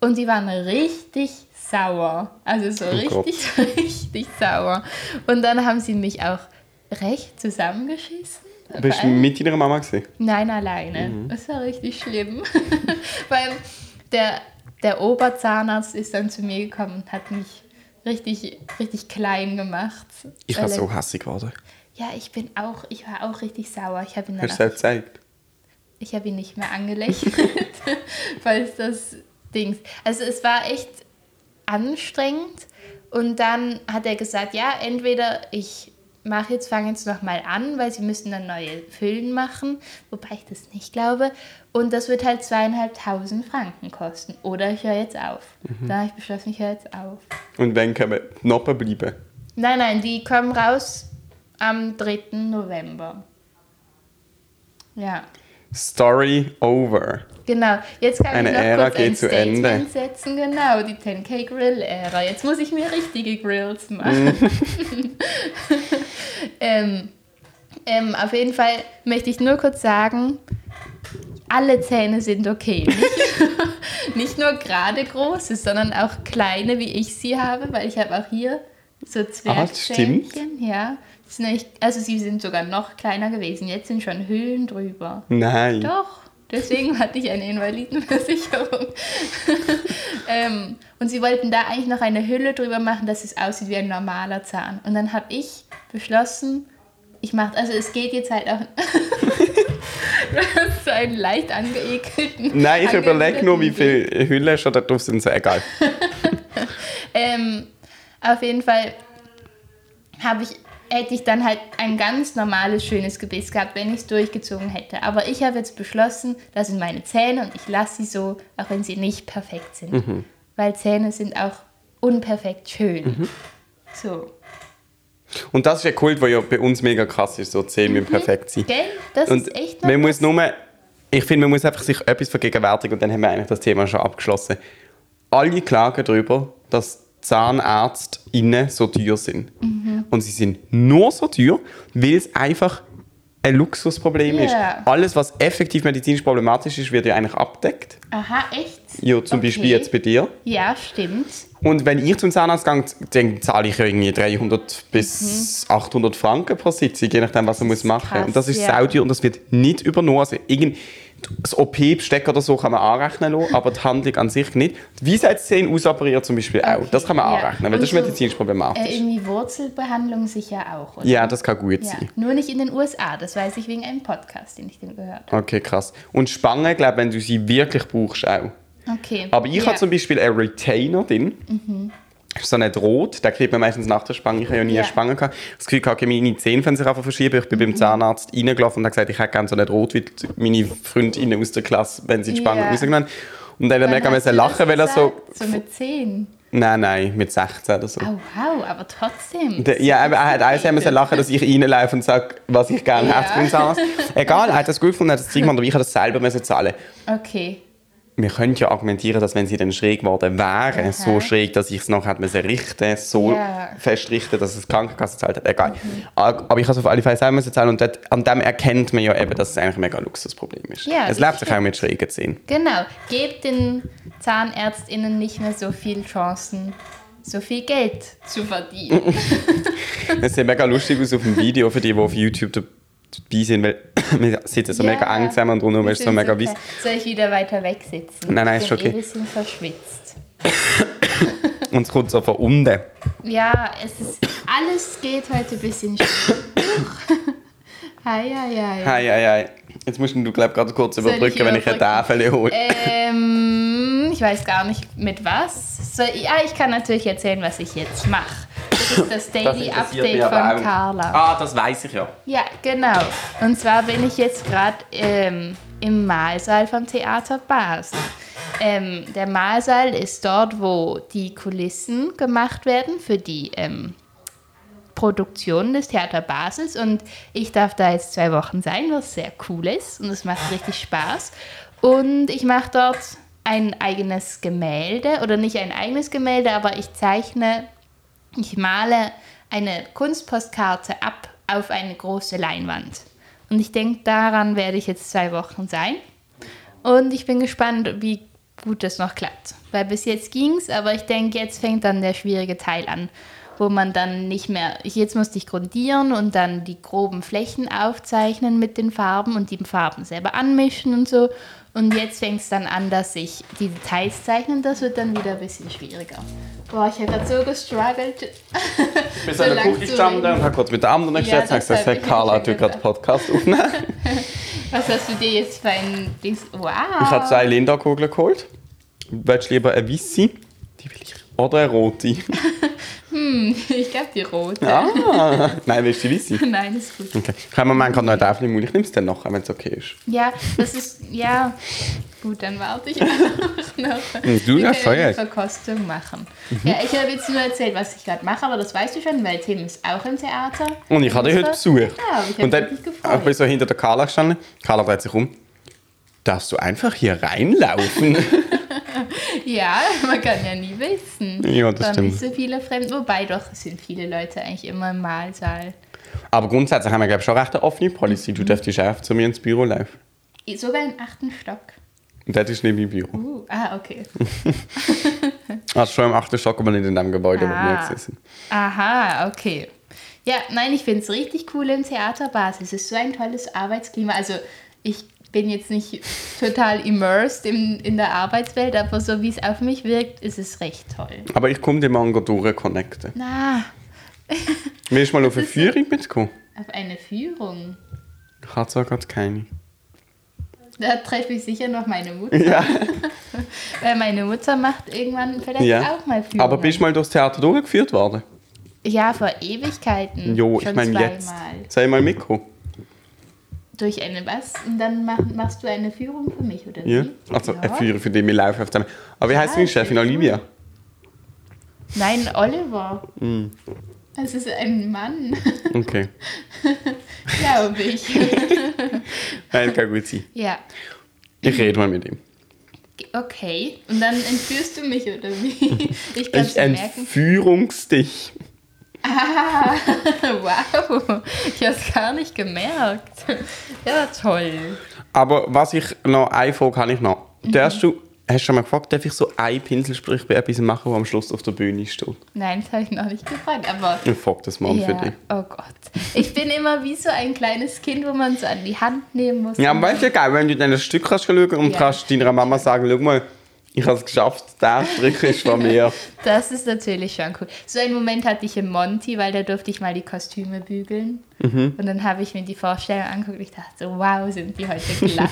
[SPEAKER 1] und die waren richtig sauer. Also so
[SPEAKER 2] Oh Gott.
[SPEAKER 1] richtig, richtig sauer. Und dann haben sie mich auch recht zusammengeschissen.
[SPEAKER 2] Bist du
[SPEAKER 1] Weil-
[SPEAKER 2] mit deiner Mama gesehen?
[SPEAKER 1] Nein, alleine. Das war richtig schlimm. Weil der, der Oberzahnarzt ist dann zu mir gekommen und hat mich richtig, richtig klein gemacht.
[SPEAKER 2] Ich
[SPEAKER 1] Weil
[SPEAKER 2] war
[SPEAKER 1] er-
[SPEAKER 2] so hassig geworden.
[SPEAKER 1] Ja, ich bin auch, ich war auch richtig sauer. Ich habe ihn
[SPEAKER 2] Hast du es
[SPEAKER 1] dann auch,
[SPEAKER 2] selbst gezeigt?
[SPEAKER 1] ich habe ihn nicht mehr angelächelt, weil es das Ding. Also es war echt anstrengend. Und dann hat er gesagt, ja, entweder ich mache jetzt, fange jetzt nochmal an, weil sie müssen dann neue Füllen machen, wobei ich das nicht glaube. Und das wird halt zweieinhalbtausend Franken kosten. Oder ich höre jetzt auf. Dann habe ich beschlossen, ich höre jetzt auf.
[SPEAKER 2] Und wenn kann man die Noppen bleiben?
[SPEAKER 1] Nein, nein, die kommen raus am 3. November. Ja,
[SPEAKER 2] Story over.
[SPEAKER 1] genau. Jetzt kann
[SPEAKER 2] Eine
[SPEAKER 1] ich noch
[SPEAKER 2] Ära
[SPEAKER 1] kurz ein
[SPEAKER 2] geht zu Ende.
[SPEAKER 1] Statement setzen. Genau, die 10K Grill-Ära. Jetzt muss ich mir richtige Grills machen.
[SPEAKER 2] Mhm.
[SPEAKER 1] ähm, ähm, auf jeden Fall möchte ich nur kurz sagen, alle Zähne sind okay. Nicht- Nicht nur gerade große, sondern auch kleine, wie ich sie habe, weil ich habe auch hier so
[SPEAKER 2] Ah, stimmt.
[SPEAKER 1] Zwergzähnchen. ja. Das sind nämlich- Also sie sind sogar noch kleiner gewesen. Jetzt sind schon Hüllen drüber.
[SPEAKER 2] Nein.
[SPEAKER 1] Doch, deswegen hatte ich eine Invalidenversicherung. ähm, und sie wollten da eigentlich noch eine Hülle drüber machen, dass es aussieht wie ein normaler Zahn. Und dann habe ich beschlossen, ich mache, also es geht jetzt halt auch. Du hast so einen leicht angeekelten.
[SPEAKER 2] Nein, ich überlege nur, wie
[SPEAKER 1] angeekelten
[SPEAKER 2] viele Hüllen schon da drauf sind. So, egal.
[SPEAKER 1] Ähm, auf jeden Fall habe ich, hätte ich dann halt ein ganz normales, schönes Gebiss gehabt, wenn ich es durchgezogen hätte. Aber ich habe jetzt beschlossen, das sind meine Zähne und ich lasse sie so, auch wenn sie nicht perfekt sind.
[SPEAKER 2] Mhm.
[SPEAKER 1] Weil Zähne sind auch unperfekt schön.
[SPEAKER 2] Mhm.
[SPEAKER 1] So.
[SPEAKER 2] Und das ist ein Kult, der ja bei uns mega krass ist, so 10 müssen perfekt sein.
[SPEAKER 1] Gell? Das
[SPEAKER 2] Und
[SPEAKER 1] ist echt noch
[SPEAKER 2] man muss nur, ich finde, man muss einfach sich etwas vergegenwärtigen und dann haben wir eigentlich das Thema schon abgeschlossen. Alle klagen darüber, dass
[SPEAKER 1] Mhm.
[SPEAKER 2] ZahnärztInnen so teuer sind. Und sie sind nur so teuer, weil es einfach ein Luxusproblem ist.
[SPEAKER 1] Ja.
[SPEAKER 2] Alles, was effektiv medizinisch problematisch ist, wird ja eigentlich abgedeckt.
[SPEAKER 1] Aha, echt?
[SPEAKER 2] Ja, zum
[SPEAKER 1] Okay.
[SPEAKER 2] Beispiel jetzt bei dir.
[SPEAKER 1] Ja, stimmt.
[SPEAKER 2] Und wenn ich zum Zahnarzt gehe, dann zahle ich ja irgendwie 300 bis 800 Franken pro Sitzung, je nachdem, was er muss machen
[SPEAKER 1] Mhm. krass,
[SPEAKER 2] Und das ist
[SPEAKER 1] ja.
[SPEAKER 2] sauteuer und das wird nicht übernommen. Also irgend das OP-Besteck oder so kann man anrechnen lassen, aber die Handlung an sich nicht. Die Weisheitszähne ausoperieren zum Beispiel auch.
[SPEAKER 1] Okay,
[SPEAKER 2] Das kann man
[SPEAKER 1] ja.
[SPEAKER 2] anrechnen, weil
[SPEAKER 1] Und
[SPEAKER 2] das ist
[SPEAKER 1] so,
[SPEAKER 2] medizinisch
[SPEAKER 1] Äh,
[SPEAKER 2] problematisch.
[SPEAKER 1] irgendwie Wurzelbehandlung sicher auch, oder?
[SPEAKER 2] ja, das kann gut
[SPEAKER 1] Ja.
[SPEAKER 2] sein.
[SPEAKER 1] Nur nicht in den USA, das weiß ich wegen einem Podcast, den ich dem gehört
[SPEAKER 2] Okay, krass. Und Spangen, glaube ich, wenn du sie wirklich brauchst, auch.
[SPEAKER 1] habe. Okay.
[SPEAKER 2] Aber ich
[SPEAKER 1] ja. Mhm.
[SPEAKER 2] habe zum Beispiel einen Retainer drin. Das ist so nicht rot, da kriegt man meistens nach der Spange. Ich habe ja nie
[SPEAKER 1] Ja. Mhm.
[SPEAKER 2] eine Spange gehabt. Das Gefühl, hatte, meine Zähne können sich einfach verschieben. Ich bin beim Zahnarzt reingelaufen und habe gesagt, ich hätte gerne so nicht rot wie die- meine Freundinnen aus der Klasse, wenn sie die Spange
[SPEAKER 1] Ja.
[SPEAKER 2] rausgenommen haben. Und dann hat er mega
[SPEAKER 1] hast
[SPEAKER 2] müssen
[SPEAKER 1] du das
[SPEAKER 2] lachen, weil er so.
[SPEAKER 1] gesagt, So mit 10.
[SPEAKER 2] Nein, nein, mit 16 oder so.
[SPEAKER 1] Oh, wow, aber trotzdem.
[SPEAKER 2] Der, ja, aber er hat eins haben müssen lachen, dass ich reinlaufe und sage, was ich gerne
[SPEAKER 1] Ja.
[SPEAKER 2] hätte beim Zahnarzt. Egal, er hat das gut gefunden, er hat das Zeug gemacht, aber ich habe das selber müssen zahlen.
[SPEAKER 1] Okay.
[SPEAKER 2] wir können ja argumentieren, dass wenn sie dann schräg geworden wären,
[SPEAKER 1] Aha.
[SPEAKER 2] so schräg, dass ich es noch hätte müssen richten so
[SPEAKER 1] Ja. Mhm.
[SPEAKER 2] fest richten, dass es die Krankenkasse zahlt hat. Egal. A- Aber ich habe es auf alle Fälle selber müssen zahlen und dort, an dem erkennt man ja eben, dass es eigentlich ein mega Luxusproblem ist.
[SPEAKER 1] Ja,
[SPEAKER 2] es
[SPEAKER 1] das
[SPEAKER 2] lebt sich auch mit schrägen Zähnen.
[SPEAKER 1] Genau. Gebt den ZahnärztInnen nicht mehr so viel Chancen, so viel Geld zu verdienen.
[SPEAKER 2] Es sieht mega lustig aus auf dem Video für die, die auf YouTube dabei sind, weil wir sitzen so
[SPEAKER 1] Ja.
[SPEAKER 2] mega eng zusammen und rundherum ist so mega weiss.
[SPEAKER 1] Soll ich wieder weiter weg sitzen?
[SPEAKER 2] Nein, nein,
[SPEAKER 1] ich
[SPEAKER 2] ist
[SPEAKER 1] bin
[SPEAKER 2] okay.
[SPEAKER 1] Eh ein bisschen verschwitzt.
[SPEAKER 2] Und es kommt so von unten.
[SPEAKER 1] Ja, es ist. Alles geht heute ein bisschen schwierig. Hi, hi, hi.
[SPEAKER 2] Ei, ei, ei. Jetzt musst du, glaube ich, gerade kurz
[SPEAKER 1] ich Äh,
[SPEAKER 2] überbrücken, wenn ich eine Tafel hole.
[SPEAKER 1] Ähm, ich weiß gar nicht mit was. So, ja, ich kann natürlich erzählen, was ich jetzt mache. Das ist das
[SPEAKER 2] Das
[SPEAKER 1] Daily
[SPEAKER 2] interessiert
[SPEAKER 1] Update
[SPEAKER 2] mich
[SPEAKER 1] von
[SPEAKER 2] aber auch.
[SPEAKER 1] Carla.
[SPEAKER 2] Ah, das weiß ich ja.
[SPEAKER 1] Ja, genau. Und zwar bin ich jetzt gerade ähm, im Mahlsaal vom Theater Basel. Ähm, der Mahlsaal ist dort, wo die Kulissen gemacht werden für die ähm, Produktion des Theater Basels. Und ich darf da jetzt zwei Wochen sein, was sehr cool ist. Und es macht richtig Spaß. Und ich mache dort ein eigenes Gemälde, oder nicht ein eigenes Gemälde, aber ich zeichne ich male eine Kunstpostkarte ab auf eine große Leinwand. Und ich denke, daran werde ich jetzt zwei Wochen sein. Und ich bin gespannt, wie gut das noch klappt. Weil bis jetzt ging's, aber ich denke, jetzt fängt dann der schwierige Teil an, wo man dann nicht mehr. Ich, jetzt musste ich grundieren und dann die groben Flächen aufzeichnen mit den Farben und die Farben selber anmischen und so. Und jetzt fängt es dann an, dass ich die Details zeichne. Das wird dann wieder ein bisschen schwieriger. Boah, ich habe gerade so gestruggelt.
[SPEAKER 2] Ich bin
[SPEAKER 1] so
[SPEAKER 2] so in der
[SPEAKER 1] lang
[SPEAKER 2] Küche
[SPEAKER 1] zu
[SPEAKER 2] gestanden
[SPEAKER 1] reden.
[SPEAKER 2] und habe kurz mit der anderen
[SPEAKER 1] Ja,
[SPEAKER 2] gestellt und
[SPEAKER 1] das
[SPEAKER 2] gesagt,
[SPEAKER 1] hab
[SPEAKER 2] hey,
[SPEAKER 1] ich
[SPEAKER 2] Carla,
[SPEAKER 1] schon
[SPEAKER 2] du gerade
[SPEAKER 1] gedacht.
[SPEAKER 2] Podcast aufnehmen.
[SPEAKER 1] Was hast du dir jetzt für ein Dings? Wow!
[SPEAKER 2] Ich
[SPEAKER 1] Ah.
[SPEAKER 2] habe zwei Linda-Kugeln geholt. Willst du lieber eine weiße? Die will ich. Oder eine rote?
[SPEAKER 1] Ich glaube die rote.
[SPEAKER 2] ah, nein, willst du die weiße?
[SPEAKER 1] Nein, ist gut.
[SPEAKER 2] Okay. Kein Moment, gerade noch eine Tafel im Mund. Ich nehme es dann nachher, wenn es okay ist.
[SPEAKER 1] Ja, das ist. Ja. Gut, dann warte ich einfach noch.
[SPEAKER 2] Und Hm, du
[SPEAKER 1] Wir
[SPEAKER 2] darfst
[SPEAKER 1] können eine
[SPEAKER 2] Feuer. Mhm.
[SPEAKER 1] Verkostung machen. Ja, ich habe jetzt nur erzählt, was ich gerade mache, aber das weißt du schon, weil Tim ist auch im Theater. Also,
[SPEAKER 2] Und ich habe dich heute
[SPEAKER 1] So-
[SPEAKER 2] Besuch.
[SPEAKER 1] Ja, Ah, ich
[SPEAKER 2] und
[SPEAKER 1] habe
[SPEAKER 2] dann
[SPEAKER 1] mich
[SPEAKER 2] ich bin
[SPEAKER 1] gefreut.
[SPEAKER 2] so hinter der Carla gestanden. Carla dreht sich um. Darfst du einfach hier reinlaufen?
[SPEAKER 1] Ja, man kann ja nie wissen.
[SPEAKER 2] Ja, das
[SPEAKER 1] Waren
[SPEAKER 2] stimmt.
[SPEAKER 1] nicht so viele Fremde, wobei doch es sind viele Leute eigentlich immer im Mahlsaal.
[SPEAKER 2] Aber grundsätzlich haben wir, glaube ich, schon recht eine offene Policy.
[SPEAKER 1] Mhm.
[SPEAKER 2] Du dürftest auch zu mir ins Büro laufen.
[SPEAKER 1] Sogar im achten Stock.
[SPEAKER 2] Und das ist nicht mein Büro.
[SPEAKER 1] Uh, ah, okay.
[SPEAKER 2] Also schon im achten Stock, aber nicht in dem Gebäude, wo wir
[SPEAKER 1] Ah.
[SPEAKER 2] jetzt sind.
[SPEAKER 1] Aha, okay. Ja, nein, ich finde es richtig cool im Theaterbas. Es ist so ein tolles Arbeitsklima. Also ich bin jetzt nicht total immersed in, in der Arbeitswelt, aber so wie es auf mich wirkt, ist es recht toll.
[SPEAKER 2] Aber ich komme dir mal durch connecten.
[SPEAKER 1] Na,
[SPEAKER 2] Mir ist mal auf eine
[SPEAKER 1] ist ja-
[SPEAKER 2] Führung mitgekommen.
[SPEAKER 1] auf eine Führung.
[SPEAKER 2] Ich habe zwar gerade keine.
[SPEAKER 1] Da treffe ich sicher noch meine Mutter,
[SPEAKER 2] Ja,
[SPEAKER 1] weil meine Mutter macht irgendwann vielleicht
[SPEAKER 2] ja.
[SPEAKER 1] auch mal Führungen.
[SPEAKER 2] Aber bist du mal durchs Theater durchgeführt worden?
[SPEAKER 1] ja, vor Ewigkeiten.
[SPEAKER 2] Jo, ich
[SPEAKER 1] Mhm. Schon
[SPEAKER 2] meine jetzt.
[SPEAKER 1] zweimal.
[SPEAKER 2] Zweimal mitgekommen.
[SPEAKER 1] Durch eine was? Und dann mach, machst du eine Führung für mich, oder
[SPEAKER 2] Ja.
[SPEAKER 1] wie?
[SPEAKER 2] Also
[SPEAKER 1] Mhm. Ja.
[SPEAKER 2] eine Führung, für die wir laufen. auf dem- Aber wie heisst
[SPEAKER 1] Ja,
[SPEAKER 2] meine Chefin?
[SPEAKER 1] sehr cool.
[SPEAKER 2] Olivia?
[SPEAKER 1] Nein, Oliver.
[SPEAKER 2] Hm.
[SPEAKER 1] Es ist ein Mann,
[SPEAKER 2] Okay.
[SPEAKER 1] glaube ich.
[SPEAKER 2] Nein, kann gut sein.
[SPEAKER 1] ja.
[SPEAKER 2] Ich rede mal mit ihm.
[SPEAKER 1] Okay. Und dann entführst du mich, oder wie? Ich kann es
[SPEAKER 2] Ich
[SPEAKER 1] merken.
[SPEAKER 2] entführungs dich.
[SPEAKER 1] Ah, wow. Ich habe es gar nicht gemerkt. Ja, toll.
[SPEAKER 2] Aber was ich noch, eine Frage habe ich noch.
[SPEAKER 1] Mhm.
[SPEAKER 2] Darfst du, hast du schon mal gefragt, darf ich so einen Pinselstrich bei etwas machen, was am Schluss auf der Bühne steht?
[SPEAKER 1] Nein, das habe ich noch nicht gefragt, aber.
[SPEAKER 2] Ich frage das mal für dich.
[SPEAKER 1] oh Gott. Ich bin immer wie so ein kleines Kind, wo man so an die Hand nehmen muss.
[SPEAKER 2] Ja, aber weißt du, geil, wenn du dann das Stück kannst schauen und
[SPEAKER 1] Ja.
[SPEAKER 2] kannst deiner Mama sagen, schau mal, ich habe es geschafft, der Strich ist von mir.
[SPEAKER 1] Das ist natürlich schon cool. So einen Moment hatte ich im Monty, weil da durfte ich mal die Kostüme bügeln.
[SPEAKER 2] Mhm.
[SPEAKER 1] Und dann habe ich mir die Vorstellung angeguckt. Ich dachte so, wow, sind die heute glatt.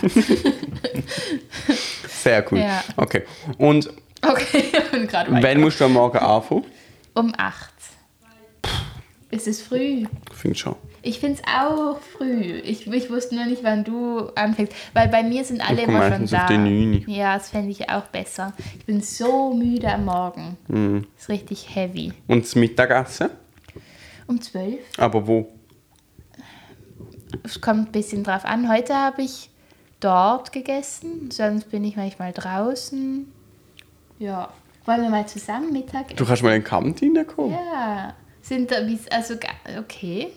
[SPEAKER 2] Sehr cool.
[SPEAKER 1] Ja.
[SPEAKER 2] Okay. Und
[SPEAKER 1] okay, und gerade weiter.
[SPEAKER 2] wann musst du am Morgen anfangen?
[SPEAKER 1] Um 8. Es ist früh.
[SPEAKER 2] Ich finde schon.
[SPEAKER 1] Ich finde es auch früh. Ich, ich wusste nur nicht, wann du anfängst. Weil bei mir sind alle
[SPEAKER 2] Ich komm
[SPEAKER 1] immer schon
[SPEAKER 2] meistens
[SPEAKER 1] da.
[SPEAKER 2] auf die Neun.
[SPEAKER 1] ja, das fände ich auch besser. Ich bin so müde am Morgen.
[SPEAKER 2] Mhm.
[SPEAKER 1] Ist richtig heavy.
[SPEAKER 2] Und das Mittagessen?
[SPEAKER 1] Um 12.
[SPEAKER 2] Aber wo?
[SPEAKER 1] Es kommt ein bisschen drauf an. Heute habe ich dort gegessen, sonst bin ich manchmal draußen. Ja. Wollen wir mal zusammen Mittag
[SPEAKER 2] Du kannst mal in die Kantine kommen.
[SPEAKER 1] Ja. Sind da wie also ga- okay.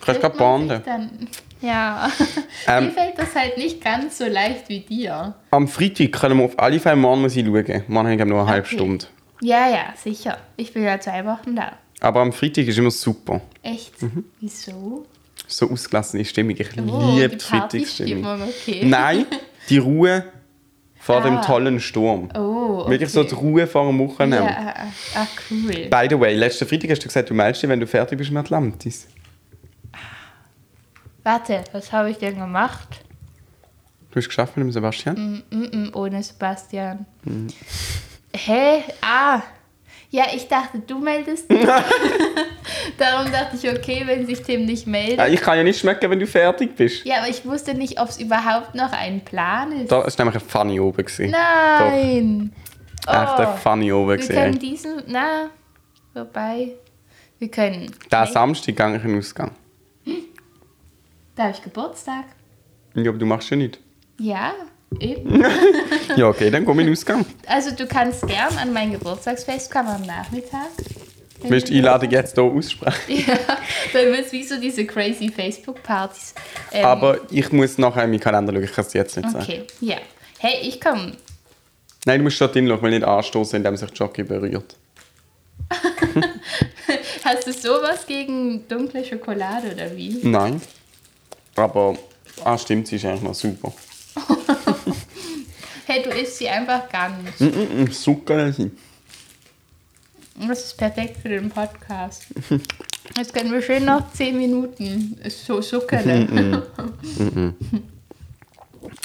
[SPEAKER 2] Du kannst gerade
[SPEAKER 1] Trifft man sich
[SPEAKER 2] bonden.
[SPEAKER 1] Dann, ja.
[SPEAKER 2] Ähm.
[SPEAKER 1] Mir fällt das halt nicht ganz so leicht wie dir.
[SPEAKER 2] Am Freitag können wir auf alle Fälle morgen muss ich schauen. Morgen haben wir nur eine halbe
[SPEAKER 1] Okay.
[SPEAKER 2] Stunde.
[SPEAKER 1] Ja, ja, sicher. Ich bin ja zwei Wochen da.
[SPEAKER 2] Aber am Freitag ist immer super.
[SPEAKER 1] Echt?
[SPEAKER 2] Mhm.
[SPEAKER 1] Wieso?
[SPEAKER 2] So ausgelassene Stimmung. Ich
[SPEAKER 1] Oh,
[SPEAKER 2] liebe
[SPEAKER 1] die
[SPEAKER 2] die Freitagsstimmung.
[SPEAKER 1] Partystimmung, okay.
[SPEAKER 2] Nein, die Ruhe vor dem
[SPEAKER 1] Ah.
[SPEAKER 2] tollen Sturm.
[SPEAKER 1] Oh, okay.
[SPEAKER 2] Wirklich so die Ruhe vor dem Wochenende.
[SPEAKER 1] Ja, ach, cool.
[SPEAKER 2] By the way, letzten Freitag hast du gesagt, du meldest dich, wenn du fertig bist mit Atlantis.
[SPEAKER 1] Warte, was habe ich denn gemacht?
[SPEAKER 2] Du hast es geschafft mit dem
[SPEAKER 1] Mhm.
[SPEAKER 2] Sebastian?
[SPEAKER 1] Mm-mm, ohne Sebastian.
[SPEAKER 2] Hm.
[SPEAKER 1] Hä? Ah. Ja, ich dachte, du meldest dich. Darum dachte ich, okay, wenn sich Tim nicht meldet.
[SPEAKER 2] Ah, Ich kann ja nicht schmecken, wenn du fertig bist.
[SPEAKER 1] Ja, aber ich wusste nicht, ob es überhaupt noch ein Plan ist.
[SPEAKER 2] Da war nämlich ein Funny oben. gewesen.
[SPEAKER 1] Nein! Oh,
[SPEAKER 2] Echt ein Funny oben.
[SPEAKER 1] wir
[SPEAKER 2] gewesen,
[SPEAKER 1] können
[SPEAKER 2] ey.
[SPEAKER 1] diesen. Na, vorbei. Wir können.
[SPEAKER 2] Der
[SPEAKER 1] Nee,
[SPEAKER 2] Samstag gehe ich in den Ausgang.
[SPEAKER 1] da habe ich Geburtstag.
[SPEAKER 2] Ja, aber du machst ja nicht.
[SPEAKER 1] Ja, eben.
[SPEAKER 2] Ja, okay, dann komm in den Ausgang.
[SPEAKER 1] Also, du kannst gern an mein Geburtstagsfest kommen am Nachmittag. Wenn
[SPEAKER 2] Willst du
[SPEAKER 1] du-
[SPEAKER 2] die Einladung jetzt hier aussprechen?
[SPEAKER 1] Ja, dann wird es wie so diese crazy Facebook-Partys. Ähm,
[SPEAKER 2] Aber ich muss nachher in meinen Kalender schauen, ich kann es jetzt nicht sagen.
[SPEAKER 1] Okay, ja. Hey, ich komme.
[SPEAKER 2] Nein, du musst dort hinschauen, weil nicht anstoßen, indem sich Jockey berührt.
[SPEAKER 1] Hast du sowas gegen dunkle Schokolade oder wie?
[SPEAKER 2] Nein. Aber, ah stimmt, sie ist eigentlich noch super.
[SPEAKER 1] Hey, du isst sie einfach gar nicht.
[SPEAKER 2] Mm, mm, Zucker sein.
[SPEAKER 1] Das ist perfekt für den Podcast. Jetzt können wir schön noch 10 Minuten so suckern.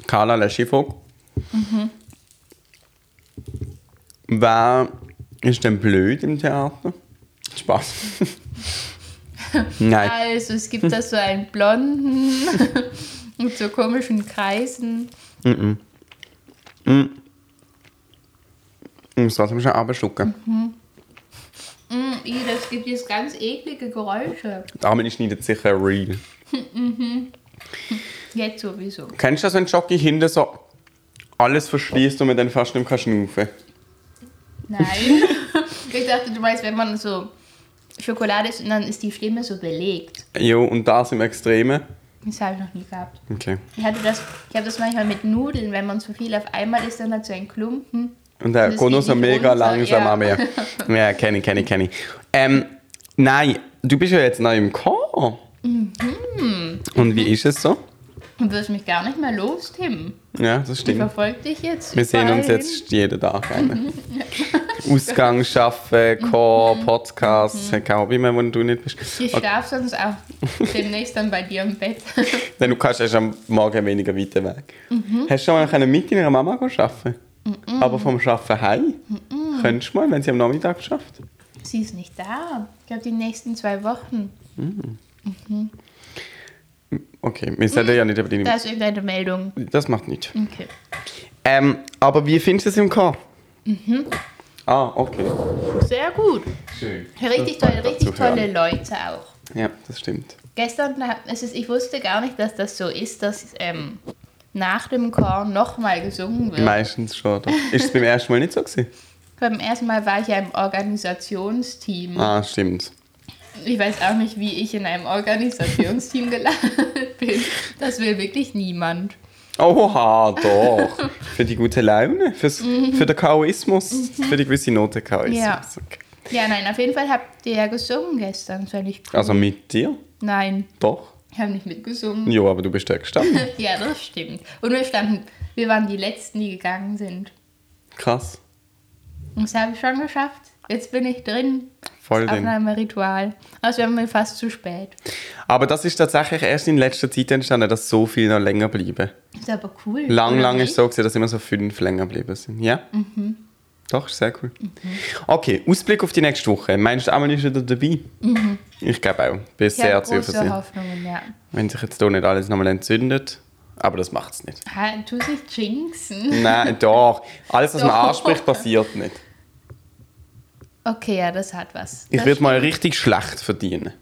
[SPEAKER 2] Carla Leschifog. Mhm. Wer ist denn blöd im Theater? Spaß. Nein.
[SPEAKER 1] Also, es gibt da so einen blonden mit so komischen Kreisen.
[SPEAKER 2] Das Wasser muss ich abschlucken.
[SPEAKER 1] Mhm. Mm, ih, das gibt jetzt ganz eklige Geräusche.
[SPEAKER 2] Die Armin schneidet sicher real.
[SPEAKER 1] Jetzt sowieso.
[SPEAKER 2] Kennst du das, wenn Jockey hinten so alles verschließt und man dann fast nicht mehr schnaufen kann?
[SPEAKER 1] Nein. ich dachte, du meinst, wenn man so Schokolade isst und dann ist die Stimme so belegt.
[SPEAKER 2] Jo, und das im Extremen.
[SPEAKER 1] Das habe ich noch nie gehabt.
[SPEAKER 2] Okay.
[SPEAKER 1] Ich hatte das, ich habe das manchmal mit Nudeln, wenn man zu viel auf einmal isst, dann hat so ein Klumpen.
[SPEAKER 2] Und der
[SPEAKER 1] Das
[SPEAKER 2] geht nur
[SPEAKER 1] geht
[SPEAKER 2] so
[SPEAKER 1] nicht
[SPEAKER 2] mega
[SPEAKER 1] runter,
[SPEAKER 2] langsam
[SPEAKER 1] ja.
[SPEAKER 2] an mir. Ja, kenne ich, kenne ich, kenne ich. Ähm, nein, du bist ja jetzt neu im Chor.
[SPEAKER 1] Mhm.
[SPEAKER 2] Und wie ist es so?
[SPEAKER 1] Und wirst mich gar nicht mehr los, Tim.
[SPEAKER 2] Ja, das
[SPEAKER 1] Ich
[SPEAKER 2] stimmt.
[SPEAKER 1] verfolge dich jetzt.
[SPEAKER 2] Wir sehen uns
[SPEAKER 1] überall
[SPEAKER 2] jetzt jeden Tag. Einen. Ausgang, Arbeiten, Chor, Podcast, kein Hobby mehr, wo du nicht bist.
[SPEAKER 1] hin. Ich
[SPEAKER 2] Okay.
[SPEAKER 1] schlafe sonst auch demnächst dann bei dir im Bett.
[SPEAKER 2] Denn du kannst erst am Morgen weniger weiter weg. Hast du schon mal können mit deiner Mama gehen arbeiten? Aber vom Arbeiten heim? Könntest du mal, wenn sie am Nachmittag schafft?
[SPEAKER 1] Sie ist nicht da. Ich glaube, die nächsten zwei Wochen.
[SPEAKER 2] Okay, wir sollten ja nicht über deine...
[SPEAKER 1] Da
[SPEAKER 2] Das,
[SPEAKER 1] ist irgendeine Meldung.
[SPEAKER 2] macht nichts.
[SPEAKER 1] Okay.
[SPEAKER 2] Ähm, aber wie findest du es im Chor? Ah, okay.
[SPEAKER 1] Sehr gut.
[SPEAKER 4] Schön.
[SPEAKER 1] Richtig
[SPEAKER 2] Das
[SPEAKER 1] toll,
[SPEAKER 2] war
[SPEAKER 1] richtig
[SPEAKER 2] zu hören.
[SPEAKER 1] tolle Leute auch.
[SPEAKER 2] Ja, das stimmt.
[SPEAKER 1] Gestern, na- es ist, ich wusste gar nicht, dass das so ist, dass ähm, nach dem Chor nochmal gesungen wird.
[SPEAKER 2] Meistens schon. Oder? Ist es beim ersten Mal nicht so gewesen?
[SPEAKER 1] Beim ersten Mal war ich ja im Organisationsteam
[SPEAKER 2] Ah, stimmt.
[SPEAKER 1] Ich weiß auch nicht, wie ich in einem Organisationsteam gelandet bin. Das will wirklich niemand.
[SPEAKER 2] Oha, doch. für die gute Laune, fürs, für den Chaoismus, für die gewisse Note Chaoismus.
[SPEAKER 1] Ja.
[SPEAKER 2] Okay.
[SPEAKER 1] Ja, nein, auf jeden Fall habt ihr ja gesungen gestern. Das war nicht cool.
[SPEAKER 2] Also mit dir?
[SPEAKER 1] Nein,
[SPEAKER 2] Doch.
[SPEAKER 1] ich habe nicht mitgesungen.
[SPEAKER 2] Jo, aber du bist ja gestanden.
[SPEAKER 1] Ja, das stimmt. Und wir standen, wir waren die Letzten, die gegangen sind.
[SPEAKER 2] Krass.
[SPEAKER 1] Und das habe ich schon geschafft. Jetzt bin ich drin.
[SPEAKER 2] Voll drin.
[SPEAKER 1] Aufnahmeritual. Also wären wir fast zu spät.
[SPEAKER 2] Aber das ist tatsächlich erst in letzter Zeit entstanden, dass so viel noch länger bleiben.
[SPEAKER 1] Ist aber cool.
[SPEAKER 2] Lang,
[SPEAKER 1] oder
[SPEAKER 2] lang
[SPEAKER 1] nicht?
[SPEAKER 2] ist so gewesen, dass immer so fünf länger geblieben sind. Ja? Doch, ist sehr cool. Okay, Ausblick auf die nächste Woche. Meinst du, Amelie ist wieder dabei? Ich glaube auch.
[SPEAKER 1] Ich
[SPEAKER 2] Bin
[SPEAKER 1] habe
[SPEAKER 2] sehr
[SPEAKER 1] große
[SPEAKER 2] zuversichtlich.
[SPEAKER 1] Hoffnungen, ja.
[SPEAKER 2] Wenn sich jetzt hier nicht alles nochmal entzündet. Aber das macht es nicht.
[SPEAKER 1] Ha, tu nicht jinxen.
[SPEAKER 2] Nein, doch. Alles, was man
[SPEAKER 1] Doch.
[SPEAKER 2] anspricht, passiert nicht.
[SPEAKER 1] Okay, ja, das hat was.
[SPEAKER 2] Ich
[SPEAKER 1] Das
[SPEAKER 2] würde mal richtig schlecht verdienen.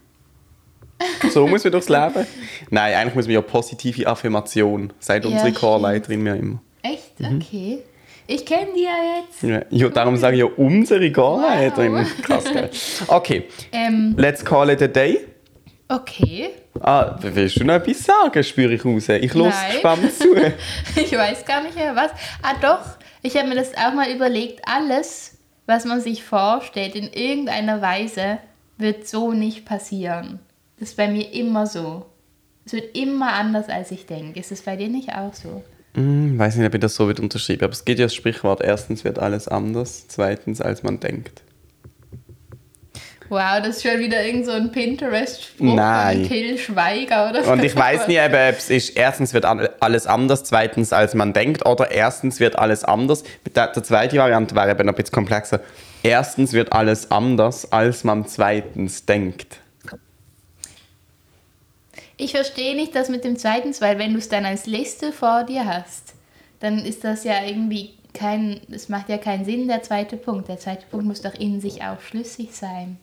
[SPEAKER 2] So muss man durchs Leben. Nein, eigentlich muss man ja positive Affirmation, sagt
[SPEAKER 1] Ja,
[SPEAKER 2] unsere
[SPEAKER 1] stimmt.
[SPEAKER 2] Chorleiterin mir immer.
[SPEAKER 1] stimmt. Echt?
[SPEAKER 2] Mhm.
[SPEAKER 1] Okay. Ich kenne die ja jetzt.
[SPEAKER 2] Ja, ja, darum sage ich ja unsere Chorleiterin.
[SPEAKER 1] Wow.
[SPEAKER 2] Krass, gell? Okay,
[SPEAKER 1] Ähm,
[SPEAKER 2] let's call it a day.
[SPEAKER 1] okay.
[SPEAKER 2] Ah, willst du noch etwas sagen, spüre ich raus. Ich los
[SPEAKER 1] Nein.
[SPEAKER 2] gespannt zu.
[SPEAKER 1] Ich weiß gar nicht mehr was. Ah doch, ich habe mir das auch mal überlegt. Alles, was man sich vorstellt, in irgendeiner Weise, wird so nicht passieren. Das ist bei mir immer so. Es wird immer anders, als ich denke. Ist es bei dir nicht auch so?
[SPEAKER 2] Hm, weiß nicht, ob ich das so wieder unterschreibe, aber es geht ja das Sprichwort, erstens wird alles anders, zweitens als man denkt.
[SPEAKER 1] Wow, das ist schon wieder irgend so ein Pinterest-Spruch
[SPEAKER 2] Nein.
[SPEAKER 1] von Till Schweiger oder so.
[SPEAKER 2] Und ich weiß nie, eben, ob es ist, erstens wird an- alles anders, zweitens als man denkt, oder erstens wird alles anders. Mit Der, der zweite Variante wäre eben noch ein bisschen komplexer. Erstens wird alles anders, als man zweitens denkt.
[SPEAKER 1] Ich verstehe nicht das mit dem zweiten, weil wenn du es dann als Liste vor dir hast, dann ist das ja irgendwie kein, es macht ja keinen Sinn, der zweite Punkt. Der zweite Punkt muss doch in sich auch schlüssig sein,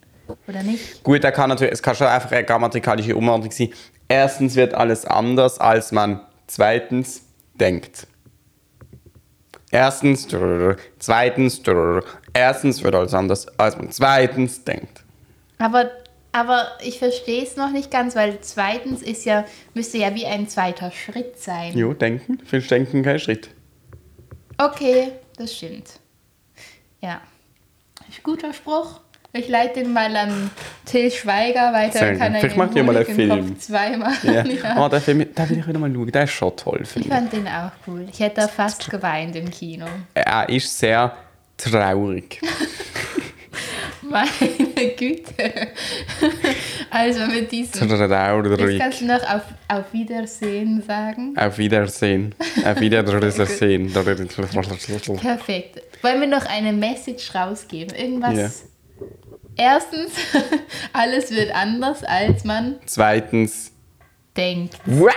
[SPEAKER 1] oder nicht?
[SPEAKER 2] Gut, da kann natürlich, es kann schon einfach eine grammatikalische Umordnung sein. Erstens wird alles anders, als man zweitens denkt. Erstens, drrr, zweitens, drrr. erstens wird alles anders, als man zweitens denkt.
[SPEAKER 1] Aber, aber ich verstehe es noch nicht ganz, weil zweitens ist ja, müsste ja wie ein zweiter Schritt sein.
[SPEAKER 2] Jo, denken, viel denken, kein Schritt.
[SPEAKER 1] Okay, das stimmt. Ja. Ist guter Spruch. Ich leite den mal an Till Schweiger weiter.
[SPEAKER 2] Sehr
[SPEAKER 1] dann Kann
[SPEAKER 2] gut.
[SPEAKER 1] er
[SPEAKER 2] Vielleicht
[SPEAKER 1] den
[SPEAKER 2] macht ihr mal
[SPEAKER 1] Honig
[SPEAKER 2] einen
[SPEAKER 1] im
[SPEAKER 2] Film.
[SPEAKER 1] Kopf zweimal.
[SPEAKER 2] Ja.
[SPEAKER 1] Ja.
[SPEAKER 2] Oh, den Film, den will ich wieder mal schauen. Der ist schon toll,
[SPEAKER 1] Ich
[SPEAKER 2] finde
[SPEAKER 1] fand den auch cool. Ich hätte da fast geweint im Kino.
[SPEAKER 2] ich. Er ist sehr traurig.
[SPEAKER 1] Meine Güte. Also mit diesem. Jetzt
[SPEAKER 2] Traurig.
[SPEAKER 1] kannst du noch auf, auf Wiedersehen sagen.
[SPEAKER 2] Auf Wiedersehen. Auf Wiedersehen.
[SPEAKER 1] Perfekt. Wollen wir noch eine Message rausgeben? Irgendwas.
[SPEAKER 2] Ja.
[SPEAKER 1] Erstens, alles wird anders, als man
[SPEAKER 2] Zweitens.
[SPEAKER 1] denkt.
[SPEAKER 2] Wow!